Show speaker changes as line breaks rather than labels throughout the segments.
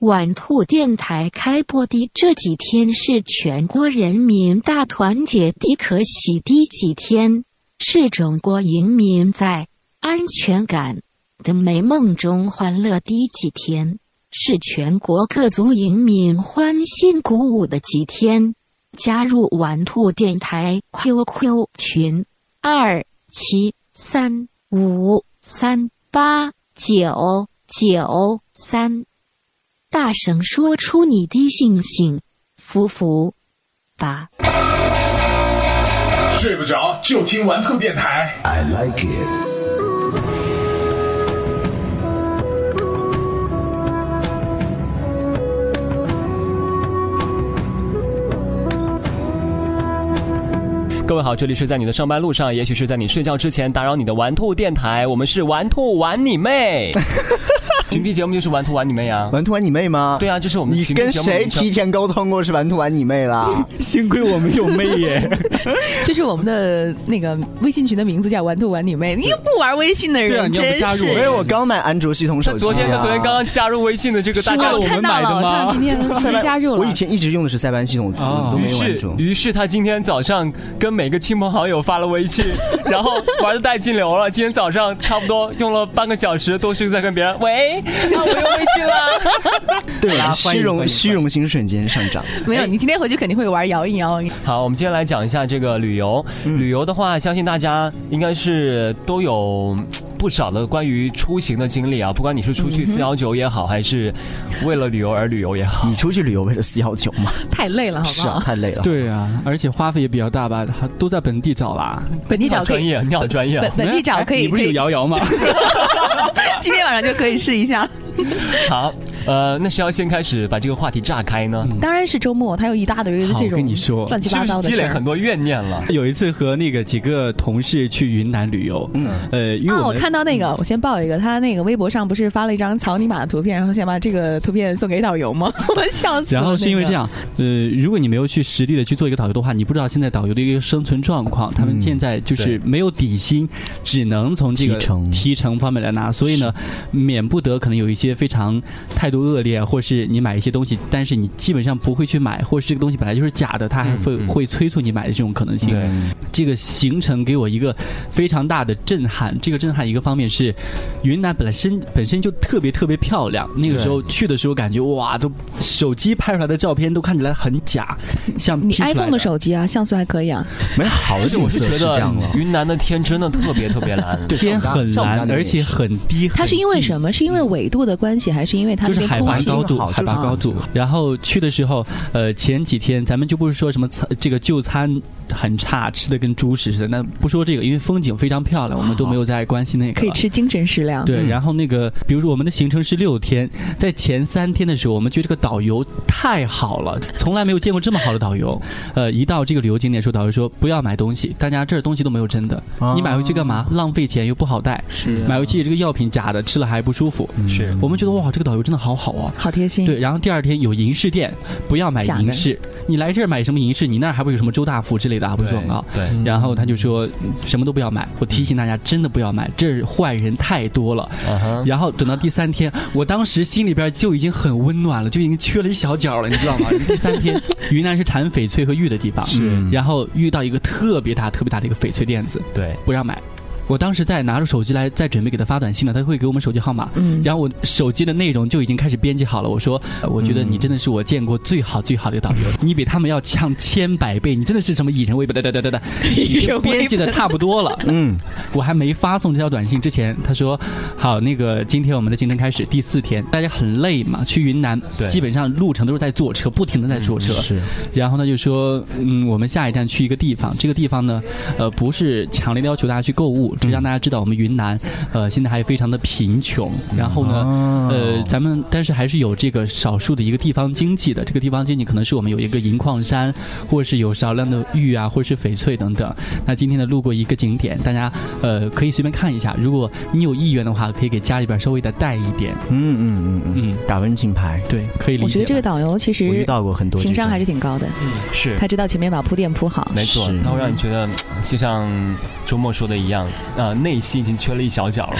晚兔电台开播的这几天是全国人民大团结的可喜的几天，是中国人民在安全感的美梦中欢乐的几天，是全国各族人民欢欣鼓舞的几天。加入晚兔电台 QQ 群：二七三五三八九九三。大声说出你的星星，福福吧。
睡不着就听玩兔电台。
I like it。
各位好，这里是在你的上班路上，也许是在你睡觉之前打扰你的玩兔电台，我们是玩兔玩你 妹。群批节目就是玩兔玩你妹啊！
玩兔玩你妹吗？
对啊，就是我们
你
群
跟
批节目
谁
名称
提前沟通过是玩兔玩你妹啦？
幸亏我们有妹 耶。
这是我们的那个微信群的名字叫“玩兔玩你妹”，你又不玩微信的
对啊
人，
你要不
真
加入
是。
因为我刚买安卓系统手机、啊，
昨天跟昨天刚刚加入微信的这个大
是
家
吗，
我看到了，我看到今天今
塞班
天加入了。
我以前一直用的是塞班系统，
哦
都
于
没有安
是
卓。
于是他今天早上跟每个亲朋好友发了微 信，然后玩的带劲流了。今天早上差不多用了半个小时，都是在跟别人喂，啊，我用微信了。
对
啊，欢
虚
迎
荣
欢迎
虚荣心瞬间上涨。
没有，你今天回去肯定会玩摇一摇。
好，我们接下来讲一下这个旅游。旅游的话，相信大家应该是都有嗯不少的关于出行的经历啊，不管你是出去四幺九也好，还是为了旅游而旅游也 好。
你出去旅游为了四幺九吗？
太累了，好不
是啊，
好？
太 累了。
对啊，而且花费也比较大吧，都在本地找啦。
本地
你好
找可
专
以，
业，你好专业 啊。
本本地找可
哎
以，
你不
可
是有
以，
瑶瑶吗？
今天晚上就可以试一下。
好，呃，那是要先开始把这个话题炸开呢，
当然是周末，他有一大堆的
好
这种
跟你说
乱嗯七
是
八
不是
糟的
积累
事
很
儿。
多怨念了？
有一次和那个几个同事去云南旅游，嗯，呃，因为
啊，
我
我
们
看到那个，我先报一个，他那个微博上不是发了一张草泥马的图片，然后想把这个图片送给导游吗？ 我笑死了。
然后是因为
那个
这，样，呃，如果你没有去实地的去做一个导游的话，你不知道现在导游的一个生存状况，他们
嗯
现在就是没有底薪，只能从这个
提成
提成方面来拿，所以呢，免不得可能有一些非常态度恶劣，或是你买一些东西，但是你基本上不会去买，或是这个东西本来就是假的，他还会、
嗯嗯
会催促你买的这种可能性。
对，
这个行程给我一个非常大的震撼。这个震撼一个方面是，云南本身本身就特别特别漂亮。那个时候去的时候，感觉哇，都手机拍出来的照片都看起来很假，像 P
你
出来
iPhone 的手机啊，像素还可以啊。
没有好的
而且我
景
是
色
觉
是这
得
样了。
云南的天真的特别特别蓝。
对
天很
像我们家
蓝，而且很低。
它是因为
么？
什么？是因为纬度的关系，还是因为它那
就是
边
海
空
拔
气
高度，
好
海拔
就是
高度。然后去的时候，呃，前几天咱们就不是说什么餐这个就餐很差，吃的跟猪食似的。那不说这个，因为风景非常漂亮，我们都没有在关心那个。
可以吃精神食粮？
对，然后那个，比如说我们的行程是六天，在前三天的时候，我们觉得这个导游太好了，从来没有见过这么好的导游。呃，一到这个旅游景点的时候，导游说不要买东西，大家这儿东西都没有真的，你买回去干嘛？浪费钱又不好带，
是啊
买回去这个药品假的，吃了还不舒服。
是
我们觉得哇，这个导游真的好好啊。
好贴心。
对，然后第二天有银饰店，不要买
嗯假的
银饰，你来这儿买什么银饰？你那儿还会有什么周大福之类的啊？不是广告。
对，
然后他就说嗯什么都不要买，我提醒大家真的不要买，这儿坏人太多了。
嗯哼，
然后等到第三天，我当时心里边就已经很温暖了，就已经缺了一小角了，你知道吗？第三天，云南是产翡翠和玉的地方，
是
然后遇到一个特别大、特别大的一个翡翠店子，
对，
不让买。我当时在拿着手机来，在准备给他发短信呢，他会给我们手机号码。
嗯，
然后我手机的内容就已经开始编辑好了。我说，呃我觉得你真的是我见过最好最好的一个导游，你比他们要强千百倍，你真的是什么以人为本，对对对对对，已经编辑的差不多了。
嗯，
我还没发送这条短信之前，他说：“好，那个今天我们的行程开始，第四天，大家很累嘛，去云南
对，
基本上路程都是在坐车，不停的在坐车。
是
然后他就说，嗯，我们下一站去一个地方，这个地方呢，呃，不是强烈的要求大家去购
嗯
物，只是让大家知道我们云南，呃，现在还非常的贫穷。
嗯
然后呢，
啊
呃，咱们但是还是有这个少数的一个地方经济的，这个地方经济可能是我们有一个银矿山，或者是有少量的玉啊，或者是翡翠等等。那今天呢，路过一个景点，大家呃可以随便看一下，如果你有意愿的话，可以给家里边稍微的带一点，
嗯嗯嗯嗯，打温情牌，
对，可以理解吧。
我觉得这个导游其
我遇
实
到过很多这
情
种。
商还是挺高的，
是
嗯
他知道前面把铺垫铺好。
没错
是，
它会让你觉得，就像周末说的一样，呃内心已经缺了一小角了。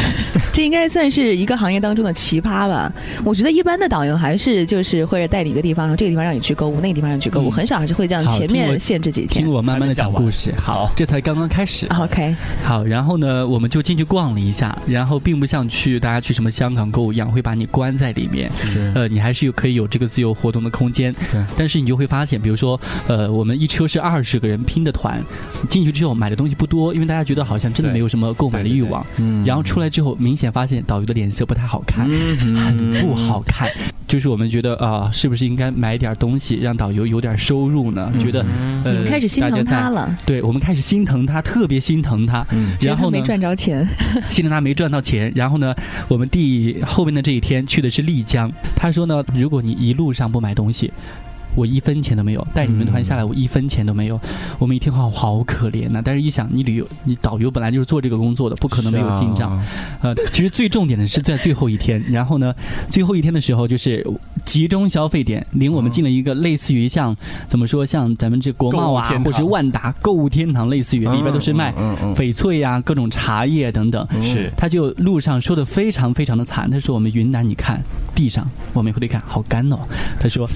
这应该算是一个行业当中的奇葩吧？我觉得一般的导游还是就是会带你一个地方，然后这个地方让你去购物，那个地方让你去购物，
嗯
很少还是会这样
好
前
听
面
我
限制几天
听。我慢慢的讲故事。
好，
这才刚刚开始。
啊 OK，
好，然后呢，我们就进去逛了一下，然后并不像去大家去什么香港购物一样，会把你关在里面。
是
呃，你还是有可以有这个自由活动的空间
对，
但是你就会发现，比如说，呃，我们一车是二十个人拼的团，进去之后买的东西不多，因为大家觉得好像真的
对
没有什么购买的
对对
欲
对
望，
嗯
然后出来之后，明显发现导游的脸色不太好看，
很
不好看。就是我们觉得啊、是不是应该买点东西让导游有点收入呢？觉得
嗯你
呃，
们开始心
大家
疼
在
他，了，
对我们开始心疼他，特别心疼他。
嗯
觉得
然
他
后呢
没，赚着钱，
心疼他没赚到钱。然后呢，我们第后面的这一天去的是丽江，他说呢，如果你一路上不买东西。我一分钱都没有，带你们团下来，我一分钱都没有。我们一听，好好可怜呐、但是一想，你旅游，你导游本来就是做这个工作的，不可能没
啊
有进账。，呃，其实最重点的是在最后一天，然后呢，最后一天的时候就是集中消费点，领我们进了一个类似于像怎么说，像咱们这国贸
购物
啊
天堂
或者万达购物天堂类似于，里边都是卖
嗯嗯嗯
翡翠呀、各种茶叶等等。
是
他就路上说的非常非常的惨，他说我们云南，你看地上，我们回头一看好干哦，他说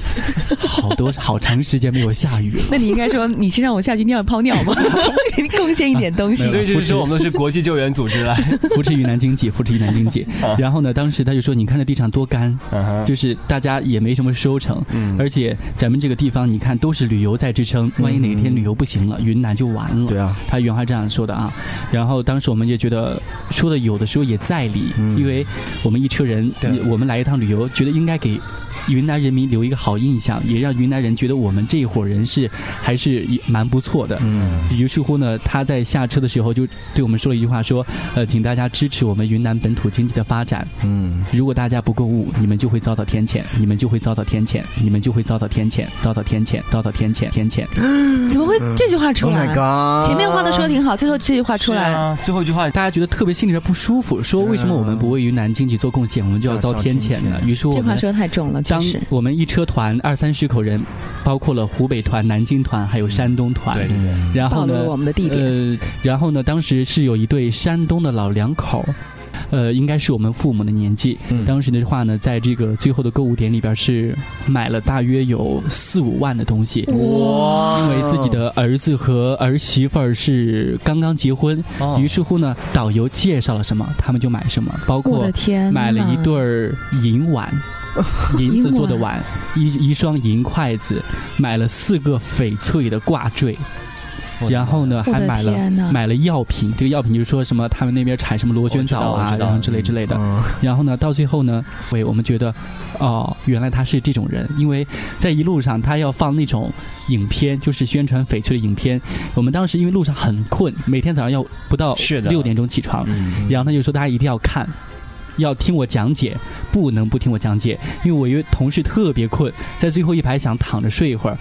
好多好长时间没有下雨了。
那你应该说你是让我下去尿泡尿吗？ 给你贡献一点东西
没有。
所以就是说，我们都是国际救援组织 来。
扶持云南经济，扶持云南经 济。然后呢，当时他就说：“你看这地上多干，就是大家也没什么收成，
嗯
而且咱们这个地方，你看都是旅游在支撑，万一哪天旅游不行了，云南就完
嗯
了。”
对啊，
他原话这样说的啊。然后当时我们也觉得说的有的时候也在理，
嗯
因为我们一车人
对，
我们来一趟旅游，觉得应该给。云南人民留一个好印象，也让云南人觉得我们这一伙人是还是也蛮不错的。
嗯
于是乎呢，他在下车的时候就对我们说了一句话，说：“呃，请大家支持我们云南本土经济的发展。
嗯，
如果大家不购物，你们就会遭到天谴，你们就会遭到天谴，你们就会遭到天谴，遭到天谴，遭到天谴，天谴。
怎么会
嗯
这句话出
Oh
来啊
my？god！
前面话都说的挺
啊
好，最后这句话出来
是
了，
啊，最后一句话，
大家觉得特别心里边不舒服，说为什么我们不为云南经济做贡献，我们就要遭天谴呢？于是我
这话
们。
说的太重了，确
当
实。
我们一车团二三十口人，包括了湖北团、南京团，还有山东团，
对对对，
嗯
然
暴
后
露了
呢，
我们的地点。
呃，然后呢，当时是有一对山东的老两口儿。呃，应该是我们父母的年纪。
嗯
当时的话呢，在这个最后的购物点里边是买了大约有四五万的东西，
哇
哦
因为自己的儿子和儿媳妇儿是刚刚结婚，
哦
于是乎呢，导游介绍了什么，他们就买什么，包
我
括
的天呐，
买了一对儿 银碗，银子做的碗，一一双银筷子，买了四个翡翠的挂坠，然后呢，
我
还
的
买了
天
嗯
呐，
买了药品，这个药品就是说什么他们那边产什么螺旋藻
哦我知道我
啊，
知道
然后之类之类的。
嗯
然后呢，到最后呢，喂，我们觉得，哦，原来他是这种人，因为在一路上他要放那种影片，就是宣传翡翠的影片。我们当时因为路上很困，每天早上要不到
是的
六点钟起床，
嗯，
然后他就说大家一定要看。要听我讲解，不能不听我讲解，因为我一位同事特别困，在最后一排想躺着睡一会儿，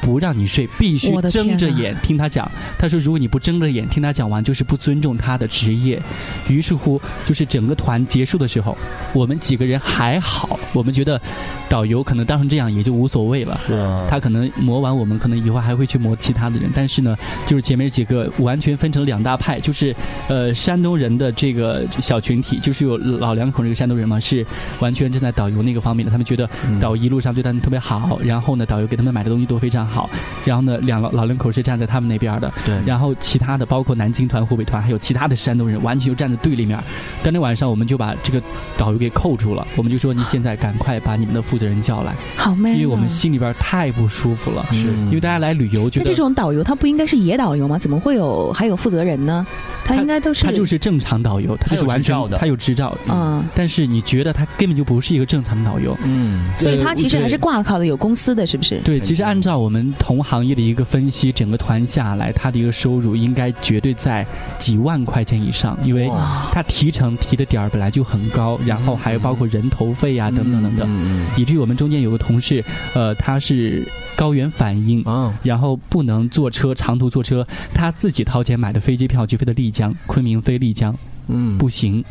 不让你睡，必须
我的天
睁着
哪
眼听他讲。他说，如果你不睁着眼听他讲完，就是不尊重他的职业。于是乎，就是整个团结束的时候，我们几个人还好，我们觉得导游可能当成这样也就无所谓了。
是啊
他可能磨完我们，可能以后还会去磨其他的人。但是呢，就是前面几个完全分成了两大派，就是呃山东人的这个小群体，就是有老两口这个山东人嘛，是完全站在导游那个方面的。他们觉得
嗯
导游一路上对他们特别好，然后呢，导游给他们买的东西都非常好。然后呢，两老老两口是站在他们那边的，
对，
然后其他的包括南京团、湖北团，还有其他的山东人，完全就站在对立面。当天晚上我们就把这个导游给扣住了，我们就说你现在赶快把你们的负责人叫来，
好 man 啊。
因为我们心里边太不舒服了。
是
因为大家来旅游，觉
那这
得
种导游他不应该是野导游吗？怎么会有还有负责人呢？他
他
应该都是
他就是正常导游，他
他有
就是完
执照
全
的
他有执照，
嗯，
但是你觉得他根本就不是一个正常的导游。
嗯
所以他其实
对
还是挂靠的有公司的，是不是？
对，其实按照我们同行业的一个分析，整个团下来，他的一个收入应该绝对在几万块钱以上，因为
哇
他提成提的点儿本来就很高，然后还有包括人头费啊等等等等，
嗯
以至于我们中间有个同事，呃，他是高原反应
嗯，啊，
然后不能坐车长途坐车，他自己掏钱买的飞机票去飞的丽江，昆明飞丽江
嗯
不行。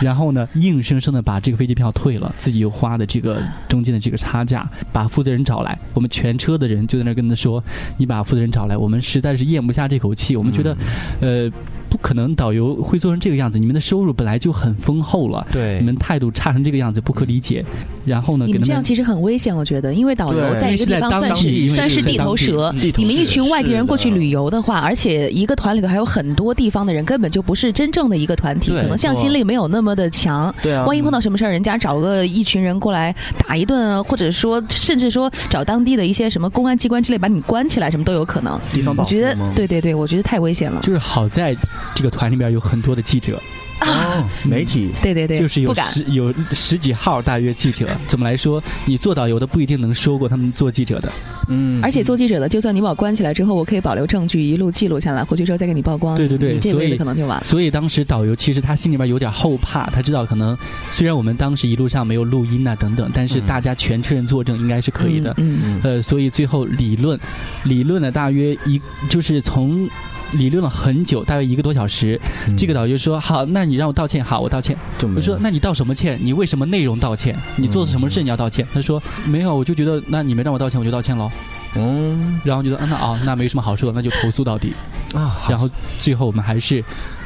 然后呢，硬生生的把这个飞机票退了，自己又花的这个中间的这个差价，把负责人找来，我们全车的人就在那儿跟他说：“你把负责人找来，我们实在是咽不下这口气，我们觉得，呃，不可能导游会做成这个样子。你们的收入本来就很丰厚了，
对
你们态度差成这个样子不可理解。然后呢，
你
嗯给
们
他
这样
们
其实很危险，我觉得，因为导游
对
在一个地
因为是在
方
当
算
地因
是
为
算
是
是
在
地
当
头
地
蛇。
地头
你们一
蛇
群外地人过去
是的
旅游的话，而且一个团里头还有很多地方的人，根本就不是真正的一个团体，
对
可能向心力没有那么的强。
对啊，
万一碰到什么事儿，人家找个一群人过来打一顿啊，或者说甚至说找当地的一些什么公安机关之类把你关起来，什么都有可
嗯
能。
地方
我
保护
觉得
吗，
对对对，我觉得太危险了。
就是好在这个团里面有很多的记者，
啊
哦，媒体
对对对，
就是有
不敢。
十有十几号大约记者。怎么来说，你做导游的不一定能说过他们做记者的。
嗯，
而且做记者的，就算你把我关起来之后，我可以保留证据，一路记录下来，回去之后再给你曝光。
对对对
你这
所
辈
以
子可能就完了。
所以当时导游其实他心里边有点后怕，他知道可能虽然我们当时一路上没有录音呐、等等，但是
嗯
大家全车人作证应该是可以的。
嗯，嗯
呃，所以最后理论，理论了大约一就是从。理论了很久，大约一个多小时。
嗯
这个导游说：“好，那你让我道歉，好，我道歉。”
就没
我说
了：“
那你道什么歉？你为什么内容道歉？你做了什么事你要道歉？”他说：“没有，我就觉得那你没让我道歉，我就道歉喽。
嗯”
然后觉得啊那啊、那没什么好说的，那就投诉 到底。
啊，好
然后最后我们还是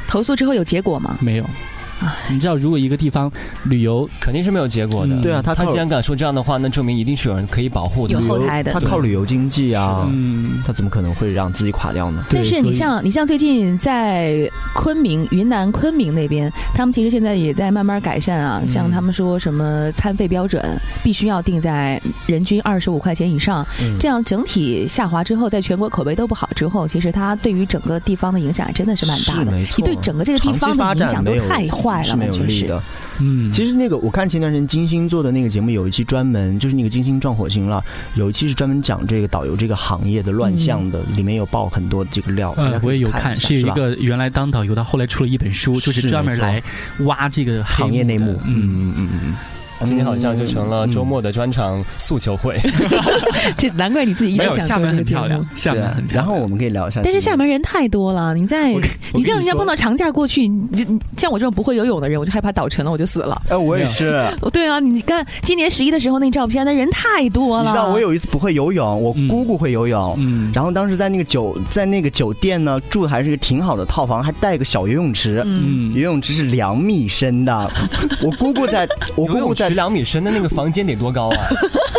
投诉之后有结果吗？
没有
唉。
你知道，如果一个地方旅游，
肯定是没有结果的。
嗯
对啊，他
他
靠
既然敢说这样的话，那证明一定是有人可以保护的
有。
旅游
后台的
他靠旅游经济啊，
嗯，
他怎么可能会让自己垮掉呢？
对
但是
所
你
以
像你像最近在昆明、云南昆明那边，他们其实现在也在慢慢改善
嗯
啊。像他们说什么餐费标准必须要定在人均二十五块钱以上，
嗯
这样整体下滑之后，在全国口碑都不好之后，其实它对于整个地方的影响真的是蛮大
是
的。
没错
你对整个这个地
长期
方
发
的影
展
响都
没有
太坏
是
了，
没
完
有
全
利
是。
的。
嗯，
其实那个我看前段时间金星做的那个节目有一期专门就是那个金星撞火星了，有一期是专门讲这个导游这个行业的乱象的，里面有爆很多这个料。大
呃
家，可以
我也有
去看
看，
一下
是
嗯是
一
吧
个原来当导游的，后来出了一本书，就是
是
专门
没错
来挖这个黑
行业内幕
的。嗯，
嗯嗯嗯嗯嗯，
今天好像就成了周末的专场诉求会，
这难怪你自己一
没
直
有
想
厦
做
门
这个
很
节
漂 亮
目。，
厦
对
门
啊
很漂
然
亮。
后我们可以聊一下，
但是厦门人太多了，你在你像人家
说
碰到长假过去，你这你像我这种不会游泳的人，我就害怕倒沉了，我就死了。
哎，我也 是。
对啊，你看今年十一的时候那照片，那人太多了。
你知道我有一次不会游泳，我
嗯
姑姑会游泳，
嗯，
然后当时在那个酒在那个酒店呢住的还是个挺好的套房，还带个小游泳池，
嗯
游泳池是两米深的。我姑姑 在，我
游
姑姑
泳池
在
两米深的那个房间得多高 啊？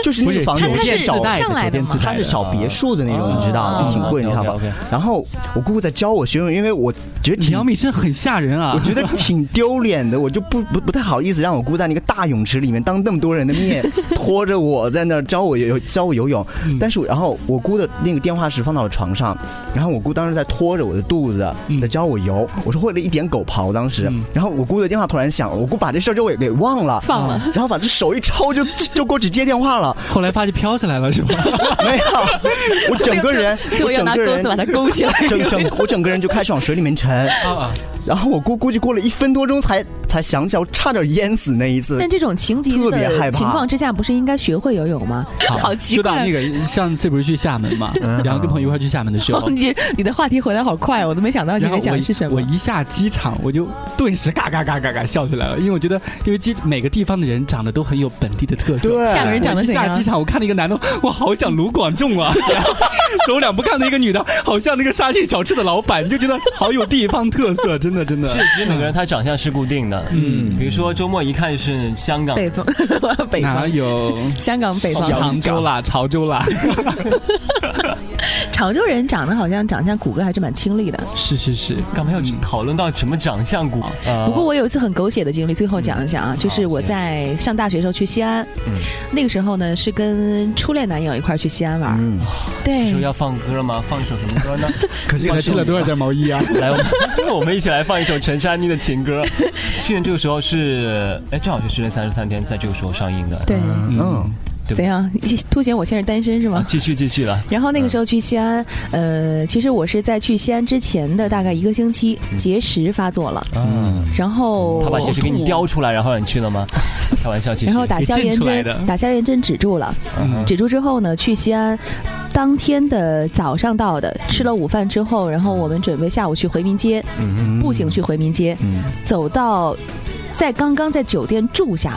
就是那个房
不是
间
它它
是
是
小
自带的
酒店自带的
它是小别墅的那啊哦种，你知道，就挺贵，你知道吧？
OK，OK，OK
然后我姑姑在教我学游泳，因为我觉得挺
两米深很吓人啊！
我觉得挺丢脸的，我就不不不太好意思让我姑在那个大泳池里面当那么多人的面 拖着我在那儿教我游教我游泳，但是我然后我姑的那个电话是放到了床上，然后我姑当时在拖着我的肚子
嗯
在教我游，我是会了一点狗刨当时
嗯，
然后我姑的电话突然响了，我姑把这事儿就给给忘了，
放了，
然后把这手一抽就就过去接电话了，
后来发现飘起来了是吧？
没有，我整个人
就
我
要
整
拿
个
钩子把
人
它勾起来。
整整我整个人就开始往水里面沉。
啊，
然后我估估计过了一分多钟才才想起来，我差点淹死那一次
但。这种情急
特别害怕
的情况之下，不是应该学会游泳吗？ 好奇
说到
怪
那。个，上次不是去厦门嘛，然后跟朋友一块儿去厦门的时候
哦，，你你的话题回来好快，我都没想到你
然后
面讲
我
的是什么
我。一下机场，我就顿时嘎嘎嘎嘎嘎笑起来了，因为我觉得，因为机每个地方的人长得都很有本地的特色。
对，
吓人长得
我一
怎样
下机场，我看到一个男的，我好想卢广仲啊！ 然后走两步看到一个女的，好像那个沙县小吃的老板，就觉得好有地方特色，真的真的
是。，其实每个人他长相是固定的。嗯，比如说周末一看是香港，
北方，北
哪
方，
有
香港北方，
常州啦，潮州啦？
潮州人长得好像长相骨骼还是蛮清丽的。
是是是，
干嘛要讨论到什么长相股？
啊
呃
不过我有一次很狗血的经历，最后讲一讲
嗯
啊，就是我在上大学的时候去西安，那个时候呢是跟初恋男友一块儿去西安玩儿，
嗯，
是
对
说，要放歌吗？放一首什么歌呢？
可惜给他织了多少件毛衣啊？
来，我们我们一起来放一首陈珊妮的情 歌。去年这个时候是，哎，正好是《失恋三十三天》在这个时候上映的。
对，
嗯，
对
怎样 凸显我现在是单身是
啊
吗？
继续继续了，
然后那个时候去西安，呃，其实我是在去西安之前的大概一个星期，结石发作了，
嗯，
然后
他把结石给你叼出来，然后让你去了吗？啊开玩笑，继续
然。后打消
给震
炎
出来
针
的，
打消炎针止住了，
嗯
止住之后呢，去西安，当天的早上到的，吃了午饭之后，
嗯
然后我们准备下午去回民街，步行去回民街，走到在刚刚在酒店住下，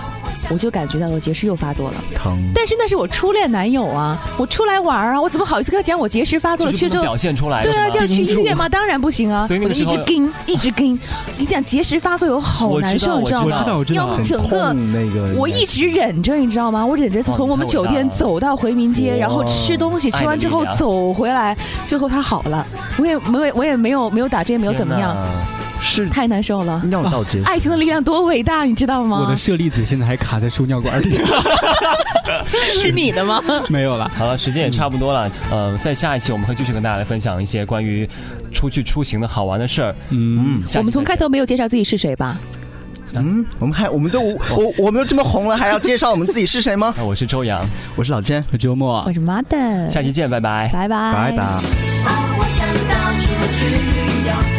我就感觉到了结石又发作了。
疼。
但是那是我初恋男友啊，我出来玩啊，我怎么好意思跟他讲我结石发作
就
了？
是
去
不
之
能
后
表现出来，
对啊，
是
这
吗
样去医院吗？当然不行啊！
所以那
我
个
就一
时
直
候
跟，一直跟。你讲结石发作有好
我
难
知道
受，你知道
我
我
知
吗？
知
道
道，我知
要
道
么，整个
痛那个，
我一直忍着，你知道吗？我忍着
哦
从我们
你太
酒
伟大
店
了
走到回民街，然后吃东西，
爱的
吃完之后
力量
走回来，最后他好了。我也没有，我也没有没有打针，也没有怎么样，
天嗯
是
太难受了。
尿道结石，
爱情的力量多伟大，你知道
我
吗
的？舍利子现在还卡在输尿管里，
是你的吗？
没有了。
哪！好了，时间也差不多了，呃，在下一期我们会继续跟大家来分享一些关于出去出行的好玩的事儿。
嗯，
下期
我们从
再见
开头没有介绍自己是 谁吧？
嗯，我们还我们都我我们都这么红了，还要介绍我们自己是谁吗？
那我是周洋，
我是老千，
周末
我是 mother，哎
下期见，拜拜。
拜拜
Oh,
拜拜。
哦，我想到处去旅游，，Oh，